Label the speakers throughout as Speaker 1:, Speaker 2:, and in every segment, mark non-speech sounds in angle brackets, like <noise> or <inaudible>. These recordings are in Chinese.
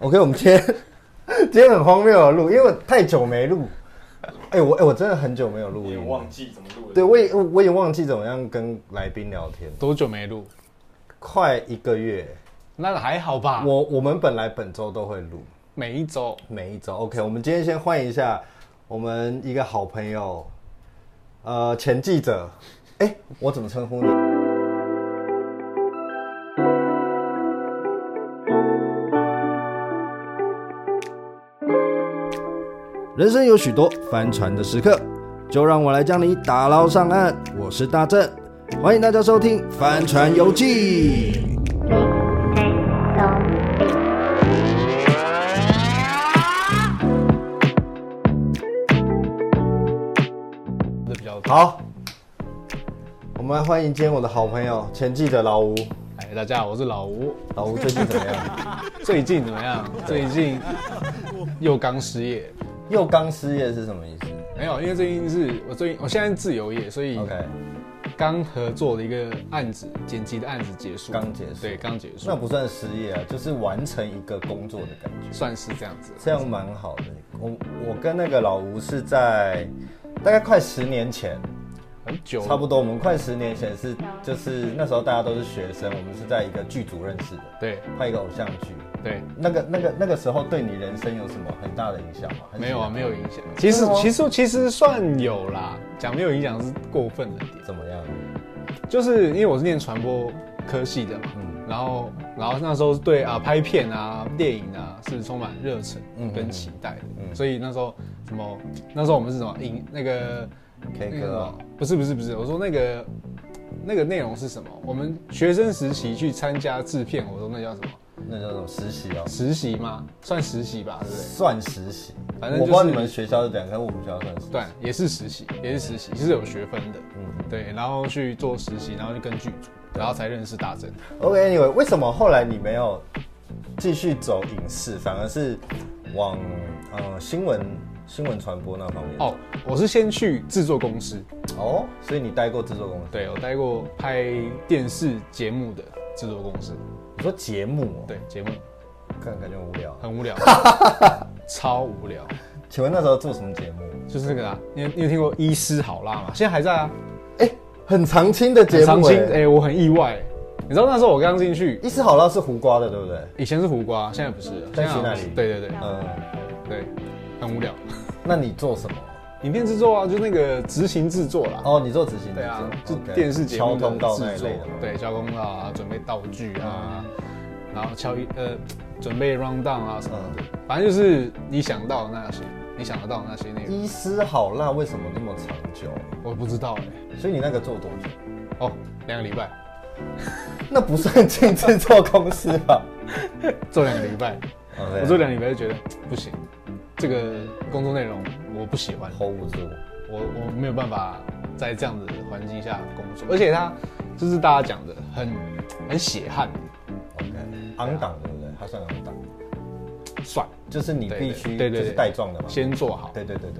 Speaker 1: OK，我们今天今天很荒谬的录，因为我太久没录。哎、我哎、我真的很久没有录
Speaker 2: 你也
Speaker 1: 音了
Speaker 2: 忘。记怎么录了。
Speaker 1: 对，我也我也忘记怎么样跟来宾聊天，
Speaker 3: 多久没录？
Speaker 1: 快一个月。
Speaker 3: 那还好
Speaker 2: 啊
Speaker 3: 吧。
Speaker 1: 我我们本来本周都会录，
Speaker 3: 每一周
Speaker 1: 每一周。OK，我们今天先换一下我们一个好朋友，呃，前记者。哎、我怎么称呼你？人生有许多翻船的时刻，就让我来将你打捞上岸。我是大正，欢迎大家收听《帆船游记》。
Speaker 3: 的比较多。
Speaker 1: 好，我们来欢迎今天我的好朋友前记者老吴。
Speaker 3: 哎，大家好，我是老吴。
Speaker 1: 老吴最近怎么样？ <laughs>
Speaker 3: 最近怎么样？最近又刚失业，
Speaker 1: 又刚失业是什么意思
Speaker 3: 没有，因为最近是我最近我现在是自由业，所以
Speaker 1: ？OK，
Speaker 3: 刚合作的一个案子，剪辑的案子结束，
Speaker 1: 刚结束
Speaker 3: 对，刚结束
Speaker 1: 那，不算失业啊，就是完成一个工作的感觉，
Speaker 3: 算是这样子。
Speaker 1: 这样蛮好的。我我跟那个老吴是在大概快十年前，
Speaker 3: 很久，
Speaker 1: 差不多，我们快十年前是就是那时候大家都是学生，我们是在一个剧组认识的，
Speaker 3: 对
Speaker 1: 拍一个偶像剧。
Speaker 3: 对，
Speaker 1: 那个那个那个时候对你人生有什么很大的影响吗？还是
Speaker 3: 没有啊，没有影响。其实其实其实算有啦，讲没有影响是过分了一点。
Speaker 1: 怎么样？
Speaker 3: 就是因为我是念传播科系的嘛，
Speaker 1: 嗯
Speaker 3: 然后然后那时候对啊拍片啊电影啊是充满热忱跟期待的，
Speaker 1: 嗯
Speaker 3: 所以那时候什么那时候我们是什么影那个
Speaker 1: K
Speaker 3: 那个什
Speaker 1: 歌啊
Speaker 3: 么不是不是不是，我说那个那个内容是什么？我们学生时期去参加制片活动，那叫什么
Speaker 1: 那叫什么实习哦？
Speaker 3: 实习吗？算实习吧，对不对？
Speaker 1: 算实习，
Speaker 3: 反正
Speaker 1: 我不知
Speaker 3: 就是
Speaker 1: 道你们学校是怎样，可是我们学校算实习。
Speaker 3: 对，也是实习，也是实习，是有学分的，
Speaker 1: 嗯
Speaker 3: 对，然后去做实习，然后就跟剧组，然后才认识大真。
Speaker 1: ，OK，Anyway，、为什么后来你没有继续走影视，反而是往呃新闻新闻传播那方面？
Speaker 3: 哦，我是先去制作公司，
Speaker 1: 哦，所以你待过制作公司？
Speaker 3: 对我待过拍电视节目的制作公司，
Speaker 1: 你说节目、哦？，
Speaker 3: 对节目
Speaker 1: 看感觉很无聊。<laughs>
Speaker 3: 很无聊，超无聊，
Speaker 1: 请问那时候做什么节目？
Speaker 3: 就是那个啊，你有你有听过《医师好辣》吗？现在还在啊，
Speaker 1: 哎、很常青的节
Speaker 3: 很
Speaker 1: 目、
Speaker 3: 常青，哎、
Speaker 1: 哎、
Speaker 3: 我很意外、你知道那时候我刚进去，
Speaker 1: 医师好辣是胡瓜的，对不对？
Speaker 3: 以前是胡瓜，现在不是了，
Speaker 1: 在
Speaker 3: 现好像
Speaker 1: 去那里
Speaker 3: 对对对
Speaker 1: 嗯，
Speaker 3: 对，很无聊。
Speaker 1: 那你做什么？
Speaker 3: 影片制作啊，就是那个执行制作啦。
Speaker 1: 哦，你做执行制作
Speaker 3: 对啊，就
Speaker 1: OK
Speaker 3: 电视节
Speaker 1: 敲
Speaker 3: 目的
Speaker 1: 通告那
Speaker 3: 制
Speaker 1: 一
Speaker 3: 作
Speaker 1: 类的吗，嗯
Speaker 3: 对，敲通告啊，准备道具啊，然后敲一呃，准备 round down 啊什么
Speaker 1: 嗯
Speaker 3: 的，反正就是你想到的那些，你想得到的那些内容，
Speaker 1: 医师好辣为什么那么长久？
Speaker 3: 我不知道哎，
Speaker 1: 所以你那个做多久？
Speaker 3: 哦，两个礼拜，
Speaker 1: 那不算进制作公司吧？
Speaker 3: 做两个礼拜，我
Speaker 1: 我
Speaker 3: 做两个礼拜就觉得不行，这个工作内容我不喜欢，
Speaker 1: hold 不住，
Speaker 3: 我我没有办法在这样的环境下工作，而且它就是大家讲的很很血汗，
Speaker 1: OK，昂档对不对？它算昂档，
Speaker 3: 算
Speaker 1: 就是你
Speaker 3: 对
Speaker 1: 必须
Speaker 3: 对对
Speaker 1: 就
Speaker 3: 对
Speaker 1: 是带状的嘛。
Speaker 3: 先做好，
Speaker 1: 对对对对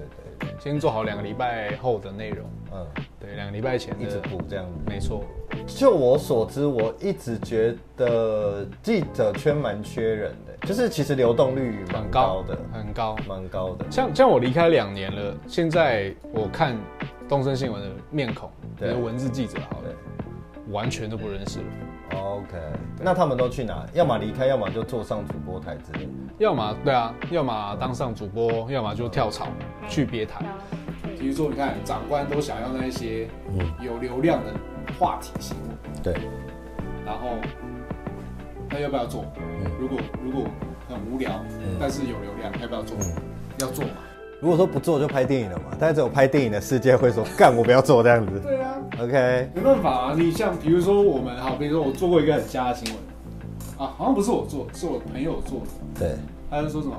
Speaker 1: 对，
Speaker 3: 先做好两个礼拜后的内容，
Speaker 1: 嗯，
Speaker 3: 对，两个礼拜前的
Speaker 1: 一直补这样子。
Speaker 3: 没错，
Speaker 1: 就我所知，我一直觉得记者圈蛮缺人的，就是其实流动率蛮
Speaker 3: 很
Speaker 1: 高
Speaker 3: 高
Speaker 1: 的，
Speaker 3: 很高。
Speaker 1: 蛮高的。
Speaker 3: 像像我离开两年了，现在我看东森新闻的面孔，比
Speaker 1: 对
Speaker 3: 如文字记者好了，
Speaker 1: 对
Speaker 3: 完全都不认识了，
Speaker 1: ，OK，那他们都去哪？要么离开，要么就坐上主播台之类的。
Speaker 3: 要么对啊，要么当上主播，要么就跳槽去别台。比如说，你看长官都想要那一些有流量的话题新闻，
Speaker 1: 对，
Speaker 3: 然后那要不要做？如果如果很无聊，但是有流量，要不要做？要做嘛？
Speaker 1: 如果说不做就拍电影了嘛，但是只有拍电影的世界会说干，我不要做这样子。
Speaker 3: 对啊，
Speaker 1: OK，
Speaker 3: 没办法啊。你像比如说我们好，比如说我做过一个很瞎的新闻啊，好像不是我做，是我朋友做的。
Speaker 1: 对，
Speaker 3: 他就说什么，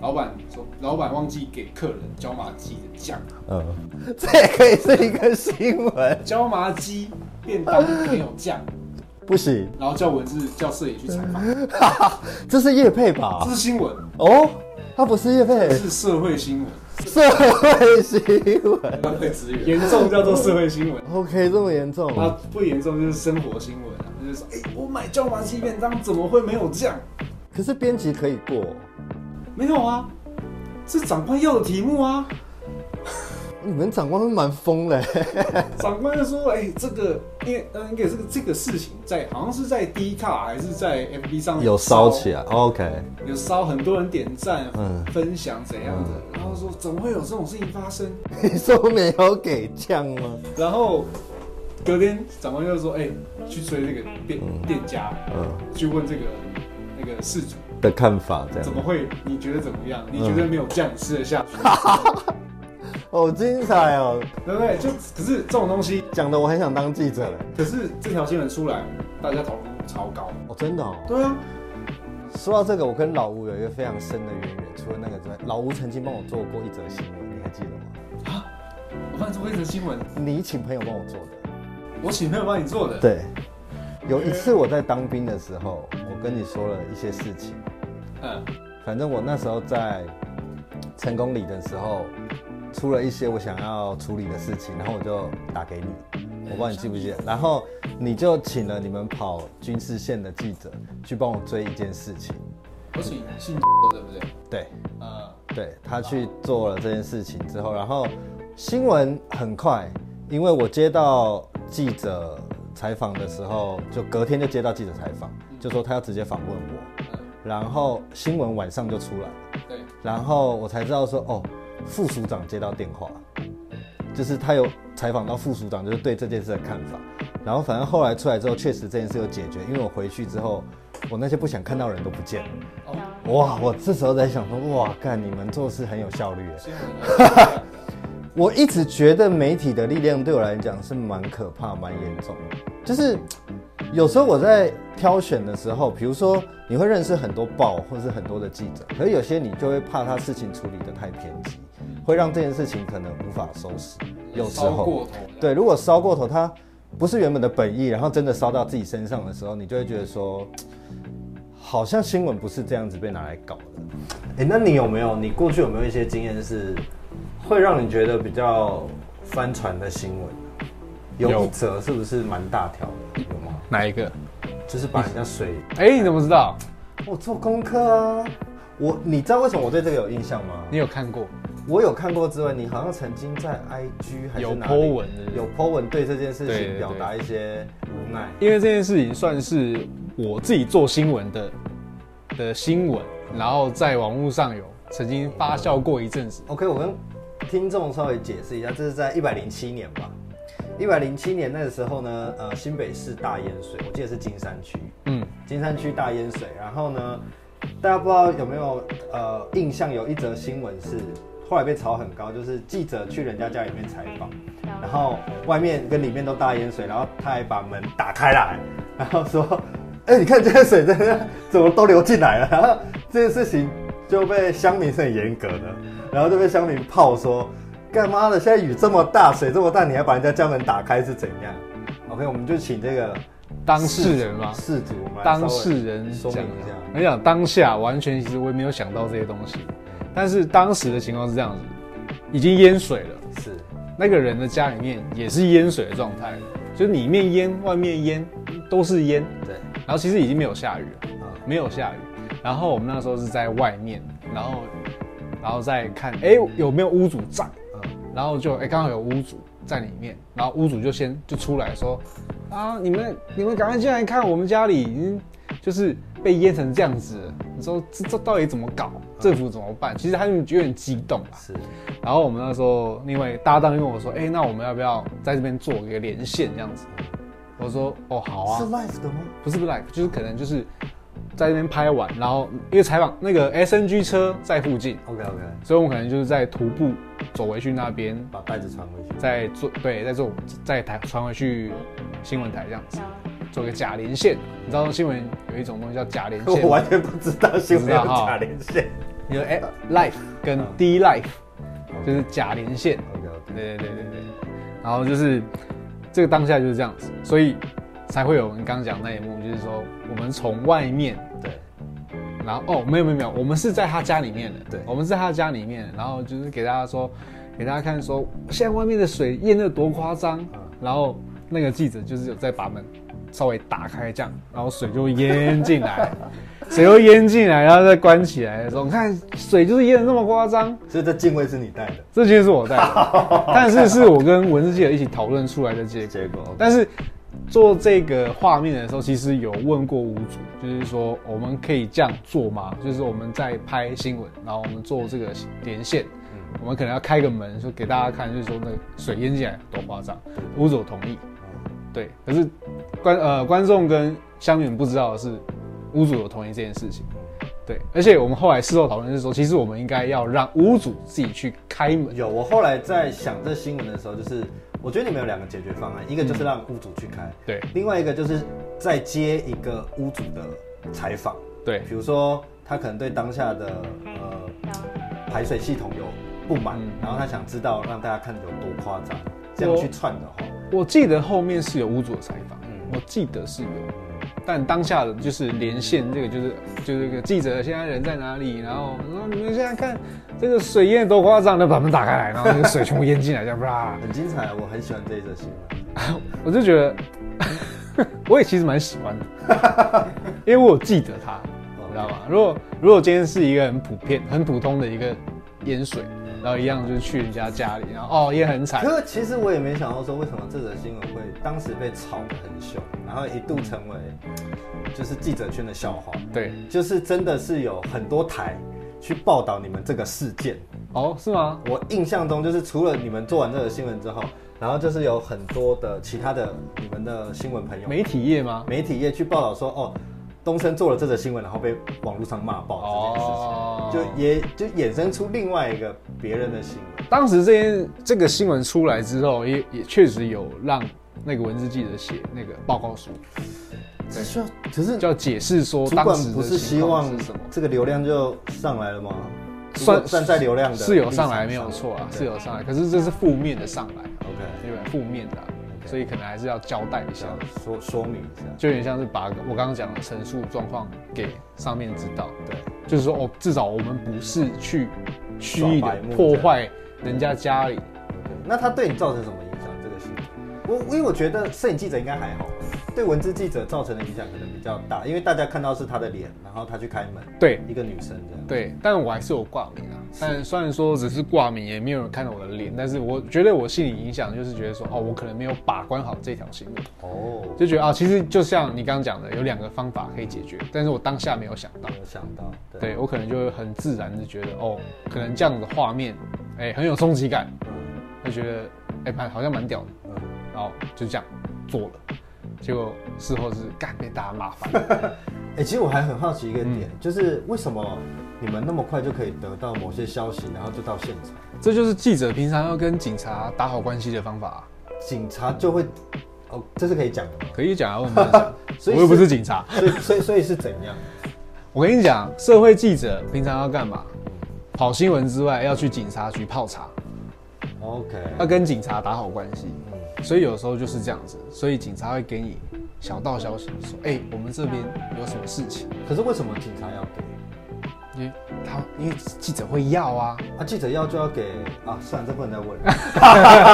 Speaker 3: 老板说老板忘记给客人椒麻鸡的酱，啊
Speaker 1: 嗯，这也可以是一个新闻，
Speaker 3: 椒麻鸡便当没有 <laughs> 酱，
Speaker 1: 不行，
Speaker 3: 然后叫文字叫摄影去采访，
Speaker 1: <laughs> 这是叶配吧
Speaker 3: 这？是新闻，
Speaker 1: 哦，它不是叶配
Speaker 3: 这，是社会新闻。
Speaker 1: 社会新闻。
Speaker 3: 浪费资源，严重叫做社会新闻，
Speaker 1: OK，这么严重？
Speaker 3: 那不严重就是生活新闻啊。那就是哎、我买椒麻鸡便当怎么会没有酱？
Speaker 1: 可是编辑可以过，
Speaker 3: 没有啊，是长官要的题目啊。
Speaker 1: 你们长官都蛮疯嘞。
Speaker 3: 长官就说：“哎、这个，因为嗯，应该是这个事情在，好像是在 D 卡还是在 FB 上
Speaker 1: <laughs> 有烧起来，OK，
Speaker 3: 有烧很多人点赞、
Speaker 1: 嗯
Speaker 3: 分享怎样的，然后说怎么会有这种事情发生？
Speaker 1: 你说没有给酱吗？
Speaker 3: 然后隔天长官就说：“哎、去追那个店、店家，
Speaker 1: 嗯，
Speaker 3: 去问这个那个事主
Speaker 1: 的看法这
Speaker 3: 怎
Speaker 1: 样
Speaker 3: 么。会？你觉得怎么样？你觉得没有酱，你吃得下去，
Speaker 1: 好精彩哦，
Speaker 3: 对不对？就可是这种东西，
Speaker 1: 讲的我很想当记者嘞。
Speaker 3: 可是这条新闻出来，大家讨论度超高。
Speaker 1: 哦，真的哦。
Speaker 3: 对啊，
Speaker 1: 说到这个，我跟老吴有一个非常深的渊源。除了那个之外，老吴曾经帮我做过一则新闻，你还记得吗？
Speaker 3: 啊我看这微则新闻，
Speaker 1: 你请朋友帮我做的。
Speaker 3: 我请朋友帮你做的，
Speaker 1: 对，有一次我在当兵的时候，我跟你说了一些事情。
Speaker 3: 嗯，
Speaker 1: 反正我那时候在成功里的时候，出了一些我想要处理的事情，然后我就打给你，我不知道你记不记得，然后你就请了你们跑军事线的记者去帮我追一件事情，
Speaker 3: 我请姓对不对？
Speaker 1: 对，
Speaker 3: 呃，
Speaker 1: 对他去做了这件事情之后，然后新闻很快，因为我接到记者采访的时候，就隔天就接到记者采访，就说他要直接访问我，
Speaker 3: 嗯，
Speaker 1: 然后新闻晚上就出来了。
Speaker 3: 对，
Speaker 1: 然后我才知道说，哦，副署长接到电话，就是他有采访到副署长，就是对这件事的看法。然后反正后来出来之后，确实这件事有解决，因为我回去之后，我那些不想看到的人都不见了。
Speaker 3: 哦，
Speaker 1: 哇，我这时候才想说，哇，干你们做事很有效率耶。
Speaker 3: 新闻啊
Speaker 1: 我一直觉得媒体的力量对我来讲是蛮可怕、蛮严重的。就是有时候我在挑选的时候，比如说你会认识很多报或是很多的记者，可是有些你就会怕他事情处理的太偏激，会让这件事情可能无法收拾。有时
Speaker 3: 烧
Speaker 1: 候，
Speaker 3: 过头了，
Speaker 1: 对，如果烧过头，他不是原本的本意，然后真的烧到自己身上的时候，你就会觉得说，好像新闻不是这样子被拿来搞的。哎、那你有没有？你过去有没有一些经验是会让你觉得比较翻船的新闻？有
Speaker 3: 有
Speaker 1: 一则是不是蛮大条的？有吗？
Speaker 3: 哪一个？
Speaker 1: 就是把人家水， <laughs>
Speaker 3: 哎、你怎么知道？
Speaker 1: 我做功课啊。我你知道为什么我对这个有印象吗？
Speaker 3: 你有看过？
Speaker 1: 我有看过之外，你好像曾经在 IG 还是
Speaker 3: 有
Speaker 1: 哪
Speaker 3: po
Speaker 1: 里
Speaker 3: 文是不是
Speaker 1: 有 po 文对这件事
Speaker 3: 对对
Speaker 1: 情
Speaker 3: 对
Speaker 1: 表达一些无奈。
Speaker 3: 因为这件事情算是我自己做新闻的的新闻，然后在网络上有曾经发酵过一阵子。
Speaker 1: OK，我跟听众稍微解释一下，这是在一百零七年吧。一百零七年那个时候呢，呃，新北市大淹水，我记得是金山区，
Speaker 3: 嗯，
Speaker 1: 金山区大淹水。然后呢，大家不知道有没有呃印象，有一则新闻是后来被炒很高，就是记者去人家家里面采访，然后外面跟里面都大淹水，然后他还把门打开来，然后说：“哎、你看这些水真的怎么都流进来了。”然 <laughs> 后这件事情就被乡民是很严格的，然后就被乡民炮说：“干妈的，现在雨这么大，水这么大，你还把人家家门打开是怎样？”OK，我们就请这个
Speaker 3: 当事人吗？
Speaker 1: 事主，我们来
Speaker 3: 当
Speaker 1: 稍微
Speaker 3: 事人
Speaker 1: 说
Speaker 3: 讲
Speaker 1: 明
Speaker 3: 的
Speaker 1: 一下。。
Speaker 3: 我讲当下完全，其实我也没有想到这些东西，但是当时的情况是这样子，已经淹水了。
Speaker 1: 是，
Speaker 3: 那个人的家里面也是淹水的状态，就是里面淹，外面淹，都是淹。
Speaker 1: 对，
Speaker 3: 然后其实已经没有下雨了，
Speaker 1: 啊、
Speaker 3: 没有下雨。然后我们那时候是在外面，然后然后再看，哎、有没有屋主在？
Speaker 1: 嗯，
Speaker 3: 然后就哎刚、好有屋主在里面，然后屋主就先就出来说，啊你们你们赶快进来看，我们家里已经就是被淹成这样子了，你说这这到底怎么搞？政府怎么办？其实他们有点激动啦。
Speaker 1: 嗯是，
Speaker 3: 然后我们那时候另外一个搭档就跟我说，哎、那我们要不要在这边做一个连线这样子？我说，哦，好啊
Speaker 1: 是，live 的吗？
Speaker 3: 不是不是 live，就是可能就是在那边拍完，然后呃因为采访那个 SNG 车在附近，
Speaker 1: OK OK，
Speaker 3: 所以我们可能就是在徒步走回去那边，
Speaker 1: 把袋子传回去。
Speaker 3: 再做对，再做再台传回去新闻台这样子，做个假连线。你知道新闻有一种东西叫假连
Speaker 1: <laughs> <laughs>
Speaker 3: 线
Speaker 1: 我
Speaker 3: 吗，
Speaker 1: 完全不知道新闻有
Speaker 3: 不知道哈
Speaker 1: 假连线。
Speaker 3: 你的哎 live 跟
Speaker 1: 嗯
Speaker 3: D live 就是假连线。
Speaker 1: OK OK，
Speaker 3: 对对对对对，然后就是这个当下就是这样子，所以才会有你刚刚讲那一幕，就是说我们从外面，
Speaker 1: 对，
Speaker 3: 然后哦没有没有没有，我们是在他家里面的，
Speaker 1: 对
Speaker 3: 我们是在他家里面，然后就是给大家说，给大家看说现在外面的水淹得多夸张，
Speaker 1: 嗯
Speaker 3: 然后那个记者就是有在把门稍微打开这样，然后水就淹进来， <laughs> 水又淹进来，然后再关起来的时候，你看水就是淹的那么夸张，
Speaker 1: 所以这敬畏是你带的
Speaker 3: 这件
Speaker 1: <laughs>
Speaker 3: 是我带的，但是是我跟文字记者一起讨论出来的结果。
Speaker 1: 结果。
Speaker 3: 但是做这个画面的时候，其实有问过屋主，就是说我们可以这样做吗？就是我们在拍新闻，然后我们做这个连线，我们可能要开个门，说给大家看，就是说那个水淹进来多夸张。屋主有同意，对。可是观呃观众跟乡民不知道的是，屋主有同意这件事情。对，而且我们后来事后讨论是说，其实我们应该要让屋主自己去开门，
Speaker 1: 有，我后来在想这新闻的时候，就是我觉得你们有两个解决方案，一个就是让屋主去开，
Speaker 3: 嗯对
Speaker 1: 另外一个就是再接一个屋主的采访，
Speaker 3: 对
Speaker 1: 比如说他可能对当下的呃排水系统有不满，
Speaker 3: 嗯
Speaker 1: 然后他想知道让大家看有多夸张，这样去串的话，
Speaker 3: 我记得后面是有屋主的采访，
Speaker 1: 嗯
Speaker 3: 我记得是有，但当下的就是连线这个就是就是这个记者现在人在哪里，然后说你们现在看这个水淹得多夸张，那把门打开来，然后那个水全部淹进来，这样啪，
Speaker 1: 很精彩，我很喜欢这一则新闻。
Speaker 3: 我就觉得 <laughs> 我也其实蛮喜欢的，
Speaker 1: <laughs>
Speaker 3: 因为我有记得它，
Speaker 1: 哦
Speaker 3: 你知道吗？如果如果今天是一个很普遍很普通的一个淹水，然后一样就是去人家家里，然后哦也很惨，
Speaker 1: 可是其实我也没想到说，为什么这则新闻会当时被炒得很凶，然后一度成为就是记者圈的笑话。
Speaker 3: 对，
Speaker 1: 就是真的是有很多台去报道你们这个事件。
Speaker 3: 哦是吗？
Speaker 1: 我印象中就是除了你们做完这个新闻之后，然后就是有很多的其他的你们的新闻朋友
Speaker 3: 媒体业吗？
Speaker 1: 媒体业去报道说，哦，东升做了这则新闻，然后被网络上骂爆这件事情，
Speaker 3: 哦
Speaker 1: 就也就衍生出另外一个别人的新闻。
Speaker 3: 当时这件这个新闻出来之后，也也确实有让那个文字记者写那个报告书，
Speaker 1: 只需要，可是
Speaker 3: 就要解释说
Speaker 1: 主
Speaker 3: 当
Speaker 1: 管
Speaker 3: 时
Speaker 1: 不
Speaker 3: 的
Speaker 1: 是希
Speaker 3: 情况
Speaker 1: 望
Speaker 3: 是什么，
Speaker 1: 这个流量就上来了吗？
Speaker 3: 算
Speaker 1: 如果站在流量的
Speaker 3: 是有
Speaker 1: 立
Speaker 3: 上
Speaker 1: 场
Speaker 3: 来没有错啊，是有上来，可是这是负面的上来，
Speaker 1: OK，
Speaker 3: 对吧？负面的啊、所以可能还是要交代一下，
Speaker 1: 想说说明一下，
Speaker 3: 就有点像是把我刚刚讲的陈述状况给上面知道，
Speaker 1: 对，
Speaker 3: 就是说哦，至少我们不是去蓄意
Speaker 1: 耍
Speaker 3: 的
Speaker 1: 白目
Speaker 3: 破坏人家家里，
Speaker 1: 那他对你造成什么影响？这个新闻，我因为我觉得摄影记者应该还好，对文字记者造成的影响可能比较大，因为大家看到是他的脸，然后他去开门，
Speaker 3: 对，
Speaker 1: 一个女生这样。
Speaker 3: 对，但我还是有挂名啊。但虽然说只是挂名，也没有人看到我的脸，但是我觉得我心理影响就是觉得说，哦，我可能没有把关好这条新闻，
Speaker 1: 哦，
Speaker 3: 就觉得啊，其实就像你刚刚讲的，有两个方法可以解决，但是我当下没有想到
Speaker 1: 没，有想到，对，
Speaker 3: 对我可能就会很自然的觉得，哦，可能这样的画面，哎、很有冲击感，
Speaker 1: 嗯
Speaker 3: 就觉得，哎、蛮好像蛮屌的，
Speaker 1: 嗯
Speaker 3: 然后就这样做了，结果事后是干被大家骂翻了，
Speaker 1: 哎、其实我还很好奇一个点，就是为什么你们那么快就可以得到某些消息，然后就到现场？
Speaker 3: 这就是记者平常要跟警察打好关系的方法啊、
Speaker 1: 警察就会，哦，这是可以讲的吗？
Speaker 3: 可以讲啊，我们讲
Speaker 1: <laughs> 所以
Speaker 3: 我又不
Speaker 1: 是
Speaker 3: 是警察。
Speaker 1: 所以所以所以是怎样？
Speaker 3: 我跟你讲，社会记者平常要干嘛？跑新闻之外，要去警察局泡茶，
Speaker 1: OK，
Speaker 3: 要跟警察打好关系。
Speaker 1: 嗯
Speaker 3: 所以有时候就是这样子，所以警察会给你小道消息，说：“哎、我们这边有什么事情
Speaker 1: 可是为什么警察要给？？”
Speaker 3: 因为他因为记者会要啊。
Speaker 1: 啊，记者要就要给啊，算了，这不能再问了。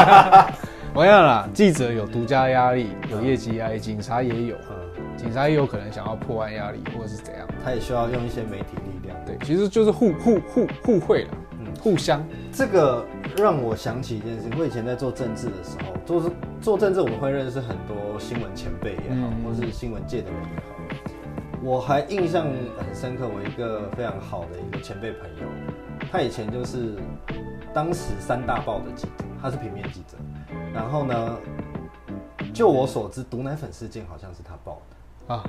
Speaker 3: 同样啦，记者有独家压力，有业绩压力，警察也有，
Speaker 1: 嗯，
Speaker 3: 警察也有可能想要破案压力，或者是怎样。
Speaker 1: 他也需要用一些媒体力量。
Speaker 3: 对，其实就是互互互互惠了，
Speaker 1: 嗯
Speaker 3: 互相。
Speaker 1: 这个让我想起一件事情，我以前在做政治的时候，做做政治我们会认识很多新闻前辈也好，
Speaker 3: 嗯
Speaker 1: 或是新闻界的人也好。我还印象很深刻，我一个非常好的一个前辈朋友，他以前就是当时三大报的记者，他是平面记者。然后呢，就我所知，毒奶粉事件好像是他报的，
Speaker 3: 啊，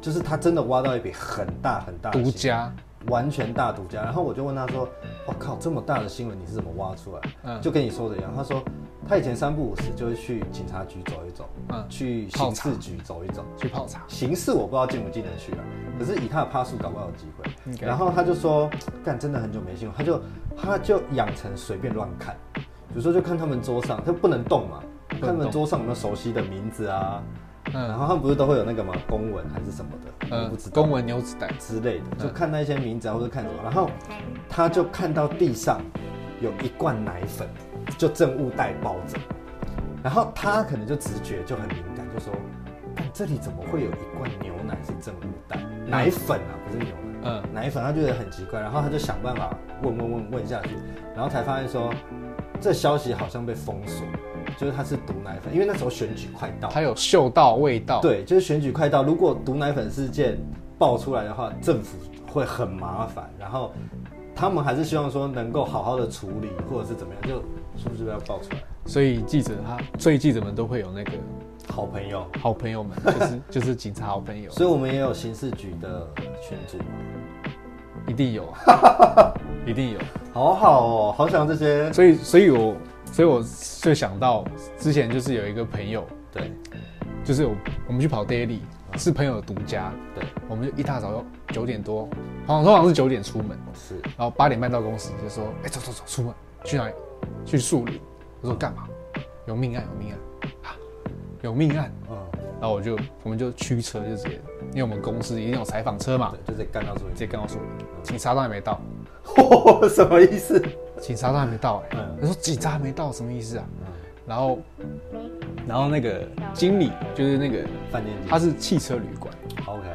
Speaker 1: 就是他真的挖到一笔很大很大的
Speaker 3: 独
Speaker 1: 新闻
Speaker 3: 家，
Speaker 1: 完全大独家。然后我就问他说：“我靠，这么大的新闻你是怎么挖出来？”
Speaker 3: 嗯
Speaker 1: 就跟你说的一样。他说他以前三不五时就会去警察局走一走，
Speaker 3: 嗯
Speaker 1: 去
Speaker 3: 泡
Speaker 1: 刑
Speaker 3: 茶
Speaker 1: 事局走一走。
Speaker 3: 去泡茶。
Speaker 1: 刑事我不知道进不进得去啊，可是以他的趴数，搞不好有机会。
Speaker 3: OK
Speaker 1: 然后他就说：“干，真的很久没新闻。”他就他就养成随便乱看，比如说就看他们桌上，他不能动嘛，
Speaker 3: 能动
Speaker 1: 看他们桌上有没有熟悉的名字啊。然
Speaker 3: 嗯
Speaker 1: 后他们不是都会有那个吗？公文还是什么的，我
Speaker 3: 呃
Speaker 1: 不知，道。
Speaker 3: 公文牛子带。
Speaker 1: 之类的，
Speaker 3: 嗯
Speaker 1: 就看那些名字啊，或者看什么，然后他就看到地上有一罐奶粉，就证物袋包着，然后他可能就直觉就很敏感，就说干这里怎么会有一罐牛奶是正乳蛋？奶粉啊，不是牛奶。
Speaker 3: 嗯，
Speaker 1: 奶粉，他觉得很奇怪，然后他就想办法问问问问下去，然后才发现说，这消息好像被封锁，就是他是毒奶粉，因为那时候选举快到，
Speaker 3: 它有嗅到味道，，
Speaker 1: 对，就是选举快到，如果毒奶粉事件爆出来的话，政府会很麻烦，然后他们还是希望说能够好好的处理，或者是怎么样，就是不是要爆出来？
Speaker 3: 所以记者他，所以记者们都会有那个
Speaker 1: 好朋友，
Speaker 3: 好朋
Speaker 1: <laughs>
Speaker 3: 友们，就是就是警察好朋友，
Speaker 1: 所以我们也有刑事局的群组，
Speaker 3: 一
Speaker 1: <laughs>
Speaker 3: 定有，一定有。
Speaker 1: 好好哦，好想这些，
Speaker 3: 所以，所以我，所以我就想到之前就是有一个朋友，
Speaker 1: 对
Speaker 3: 就是我我们去跑 daily，是朋友的独家，
Speaker 1: 对
Speaker 3: 我们就一大早九点多，好像通常是九点出门，
Speaker 1: 是，
Speaker 3: 然后八点半到公司，就说：“哎、走走走，出门去哪里？去树林。”我说：“干嘛？有命案，有命案啊，有命案。
Speaker 1: 嗯，”
Speaker 3: 然后我就我们就驱车就直接，因为我们公司一定有采访车嘛，
Speaker 1: 对，就是干到这
Speaker 3: 直
Speaker 1: <laughs>
Speaker 3: 接跟我说：“警察都还没到，
Speaker 1: 里，什么意思？
Speaker 3: 警察都还没到、欸。
Speaker 1: 嗯
Speaker 3: 我说：“警察还没到什么意思啊
Speaker 1: 嗯？”
Speaker 3: 然后，然后那个经理就是那个
Speaker 1: 饭店
Speaker 3: 他是汽车旅馆，
Speaker 1: OK，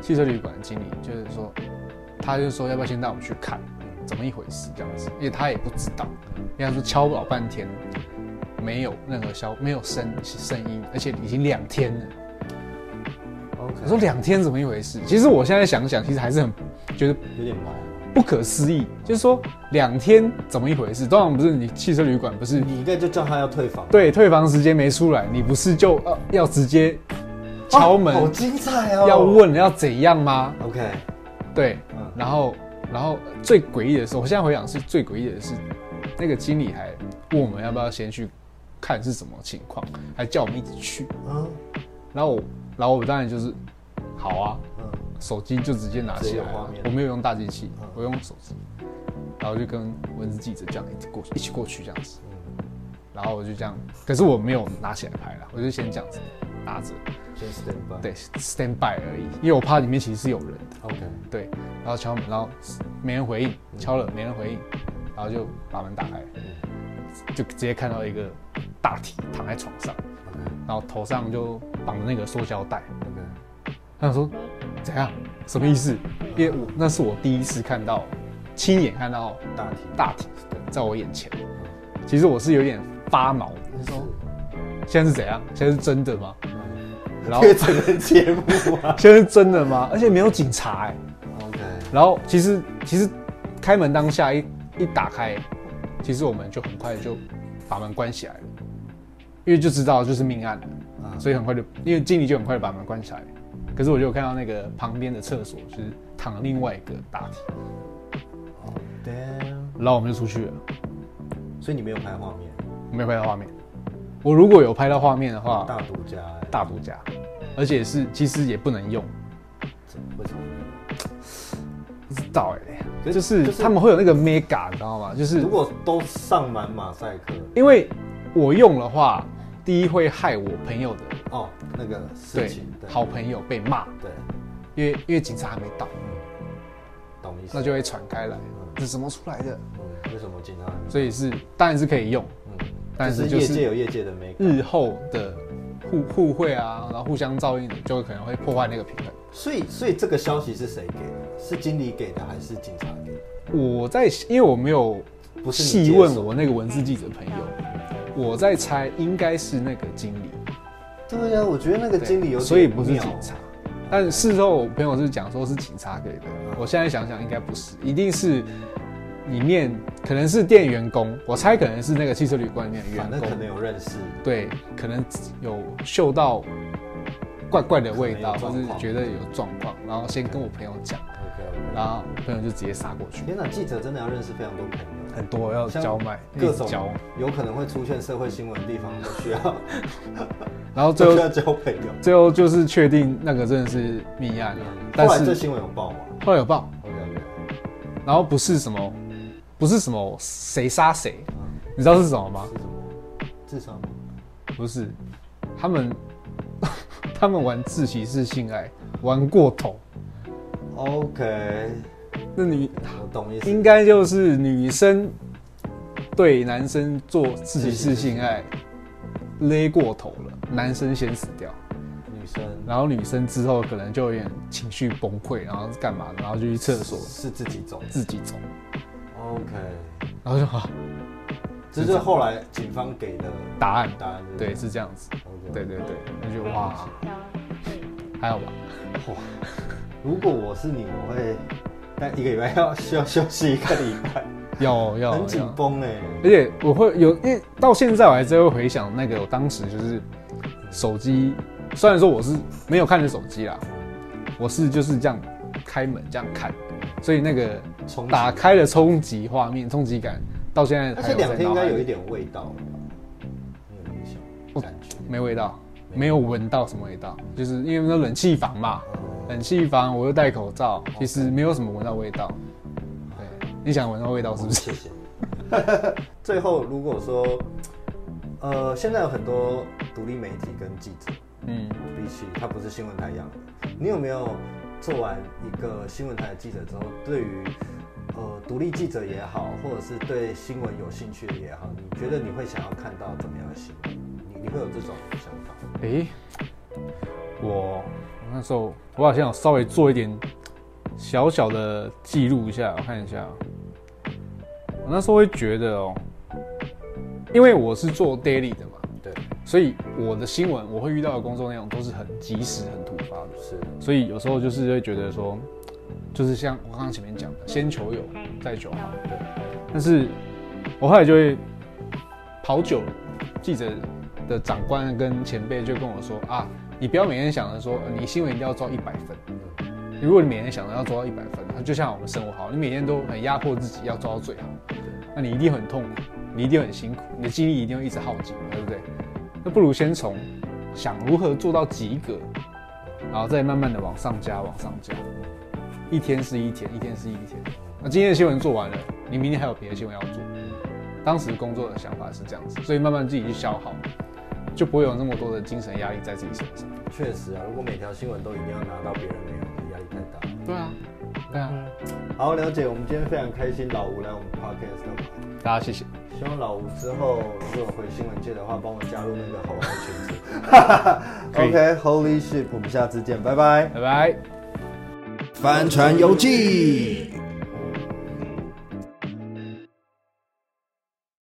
Speaker 3: 汽车旅馆经理就是说，他就说要不要先带我们去看，怎么一回事这样子，因为他也不知道，因为他说敲老半天，没有任何消，没有声声音，而且已经两天了。
Speaker 1: OK，
Speaker 3: 我说两天怎么一回事？其实我现在想想，其实还是很觉得
Speaker 1: 有点毛，
Speaker 3: 不可思议，就是说两天怎么一回事？当然不是你汽车旅馆不是
Speaker 1: 你应该就叫他要退房。
Speaker 3: 对退房时间没出来，你不是就呃要直接
Speaker 1: 啊，
Speaker 3: 敲门、
Speaker 1: 好精彩哦！
Speaker 3: 要问要怎样吗？
Speaker 1: OK，
Speaker 3: 对，
Speaker 1: 嗯
Speaker 3: 然后然后最诡异的是，我现在回想是最诡异的是，那个经理还问我们要不要先去看是什么情况，还叫我们一起去。
Speaker 1: 嗯
Speaker 3: 然后我然后我当然就是好啊，
Speaker 1: 嗯，
Speaker 3: 手机就直接拿起来
Speaker 1: 直接有画
Speaker 3: 了
Speaker 1: 面，
Speaker 3: 我没有用大机器
Speaker 1: 嗯，
Speaker 3: 我用手机，然后就跟文字记者哎这样一起过去，一起过去这样子，
Speaker 1: 嗯
Speaker 3: 然后我就这样，可是我没有拿起来拍了，我就先这样子拿着，
Speaker 1: 先 stand by。
Speaker 3: 对，stand by 而已，因为我怕里面其实是有人的。
Speaker 1: ，OK，
Speaker 3: 对，然后敲门，然后没人回应，
Speaker 1: 嗯
Speaker 3: 敲了没人回应，然后就把门打开，就直接看到一个大体躺在床上，然后头上就绑着那个塑胶袋。他想说怎样？什么意思？因为我那是我第一次看到，亲眼看到
Speaker 1: 大题
Speaker 3: 大体在我眼前，其实我是有点发毛的。
Speaker 1: 那时候
Speaker 3: 现在是怎样？现在是真的吗？然后
Speaker 1: <laughs> 这个整人节目啊
Speaker 3: 现在是真的吗？而且没有警察哎、
Speaker 1: ，OK，
Speaker 3: 然后其实其实开门当下一一打开，其实我们就很快就把门关起来了，因为就知道就是命案了，
Speaker 1: 嗯
Speaker 3: 所以很快就因为经理就很快就把门关起来了。可是我就有看到那个旁边的厕所就是躺了另外一个大体，
Speaker 1: 哦，damn，
Speaker 3: 然后我们就出去了，
Speaker 1: 所以你没有拍画面，
Speaker 3: 我没有拍到画面。我如果有拍到画面的话，
Speaker 1: 大独家欸，
Speaker 3: 大独家，而且是其实也不能用，
Speaker 1: 怎么为什么？
Speaker 3: 不知道哎、
Speaker 1: 可是
Speaker 3: 就是
Speaker 1: 就是
Speaker 3: 他们会有那个 mega，你知道吗？就是
Speaker 1: 如果都上满马赛克，
Speaker 3: 因为我用的话，第一会害我朋友的
Speaker 1: 哦，那个事
Speaker 3: 对
Speaker 1: 情，对，
Speaker 3: 好朋友被骂，
Speaker 1: 对，
Speaker 3: 因为因为警察还没到，
Speaker 1: 懂意思。
Speaker 3: 那就会传开来，这怎么出来的？
Speaker 1: 嗯，为什么警察？
Speaker 3: 所以是当然是可以用，
Speaker 1: 嗯，
Speaker 3: 但是
Speaker 1: 就
Speaker 3: 就是
Speaker 1: 业界
Speaker 3: 是
Speaker 1: 有业界的美感，
Speaker 3: 日后的互互惠啊，然后互相照应，就可能会破坏那个平衡。
Speaker 1: 所以所以这个消息是谁给的？是经理给的还是警察给的？
Speaker 3: 我在因为我没有
Speaker 1: 不是你
Speaker 3: 细
Speaker 1: 接手
Speaker 3: 问我那个文字记者朋友，我在猜应该是那个经理，
Speaker 1: 对呀、我觉得那个
Speaker 3: 对
Speaker 1: 经理有点
Speaker 3: 所以不是
Speaker 1: 妙
Speaker 3: 警察。但事后我朋友是讲说是警察给的，我现在想想应该不是，一定是里面可能是店员工，我猜可能是那个汽车旅馆里面的
Speaker 1: 反
Speaker 3: 员
Speaker 1: 正可能
Speaker 3: 工，
Speaker 1: 有认识。
Speaker 3: 对，可能有嗅到怪怪的味道，
Speaker 1: 可
Speaker 3: 或
Speaker 1: 能
Speaker 3: 是
Speaker 1: 有状况
Speaker 3: 觉得有状况，然后先跟我朋友讲，
Speaker 1: OK OK。
Speaker 3: 然后我朋友就直接杀过去，
Speaker 1: 天哪，记者真的要认识非常多朋友，
Speaker 3: 很多要
Speaker 1: 像
Speaker 3: 交卖，
Speaker 1: 各
Speaker 3: 一直
Speaker 1: 种
Speaker 3: 交，
Speaker 1: 有可能会出现社会新闻的地方都需要，
Speaker 3: 然后 <laughs>
Speaker 1: <laughs>
Speaker 3: 最
Speaker 1: 都需
Speaker 3: 后
Speaker 1: 要交朋友。
Speaker 3: 最后就是确定那个真的是命案了，嗯但
Speaker 1: 后来这
Speaker 3: 是
Speaker 1: 新闻有报吗
Speaker 3: 后来有报。
Speaker 1: ？OK OK。
Speaker 3: 然后不是什么，不是什么谁杀谁，你知道是什么吗
Speaker 1: 是？什么？智商吗？
Speaker 3: 不是，他们 <laughs> 他们玩自习室性爱玩过头，
Speaker 1: OK，
Speaker 3: 那女
Speaker 1: 我懂意思。
Speaker 3: 应该就是女生对男生做自习室性爱勒过头了，男生先死掉，
Speaker 1: 女生
Speaker 3: 然后女生之后可能就有点情绪崩溃，然后干嘛的，然后就去厕所
Speaker 1: 是自己走
Speaker 3: 自己走，
Speaker 1: ，OK，
Speaker 3: 然后就啊
Speaker 1: 这就是后来警方给的
Speaker 3: 答案，
Speaker 1: 答案，不
Speaker 3: 对，是这样子，
Speaker 1: OK
Speaker 3: 对对对，那就哇，还好吧，
Speaker 1: 哇，如果我是你，我会但一个礼拜要 <laughs> 需要休息一个礼拜，
Speaker 3: 要要
Speaker 1: 很紧
Speaker 3: 要
Speaker 1: 绷哎。
Speaker 3: 而且我会有，因为到现在我还真会回想那个我当时就是手机，虽然说我是没有看着手机啦，我是就是这样开门这样看，所以那个
Speaker 1: 冲击
Speaker 3: 打开了冲击画面、冲击感，到现在
Speaker 1: 那
Speaker 3: 还
Speaker 1: 这
Speaker 3: 有在
Speaker 1: 两天应
Speaker 3: 脑海
Speaker 1: 该
Speaker 3: 里
Speaker 1: 有一点味道了哦吧？你有印象？感觉
Speaker 3: 没味道，没有闻到什么味道，就是因为那冷气房嘛，冷气房我又戴口罩，其实没有什么闻到味道。对，你想闻到味道是不是？
Speaker 1: 谢谢。 <laughs> 最后，如果说，呃，现在有很多独立媒体跟记者，
Speaker 3: 嗯，
Speaker 1: 比起他不是新闻台一样的，你有没有做完一个新闻台的记者之后，对于呃独立记者也好，或者是对新闻有兴趣的也好，你觉得你会想要看到怎么样的新闻？你你会有这种想法？
Speaker 3: <laughs> 诶、我那时候我好像有稍微做一点小小的记录一下，我看一下。哦我那时候会觉得哦，因为我是做 daily 的嘛，
Speaker 1: 对，
Speaker 3: 所以我的新闻我会遇到的工作内容都是很及时、很突发的。
Speaker 1: 是
Speaker 3: 所以有时候就是会觉得说，就是像我刚刚前面讲的，先求有，再求好。对。但是我后来就会跑久了，记者的长官跟前辈就跟我说啊，你不要每天想着说呃你新闻一定要做到一百分。如果你每天想着要做到一百分，就像我们生活好，你每天都很压迫自己要做到最好，那你一定很痛苦，你一定很辛苦，你的精力一定会一直耗尽，对不对？那不如先从想如何做到及格然后再慢慢的往上加，往上加，一天是一天，一天是一天。那今天的新闻做完了，你明天还有别的新闻要做。当时工作的想法是这样子，所以慢慢自己去消耗，就不会有那么多的精神压力在自己身上。
Speaker 1: 确实啊，如果每条新闻都一定要拿到别人没有的，压力太大。
Speaker 3: 对啊，对啊，
Speaker 1: 好，了解。我们今天非常开心，老吴来我们 podcast 干嘛
Speaker 3: 大家谢谢。
Speaker 1: 希望老吴之后如果回新闻界的话，帮我加入那个好玩的圈子。
Speaker 3: 可以
Speaker 1: OK，Holy、shit，我们下次见，拜拜。
Speaker 3: 拜拜。
Speaker 2: 帆船游记。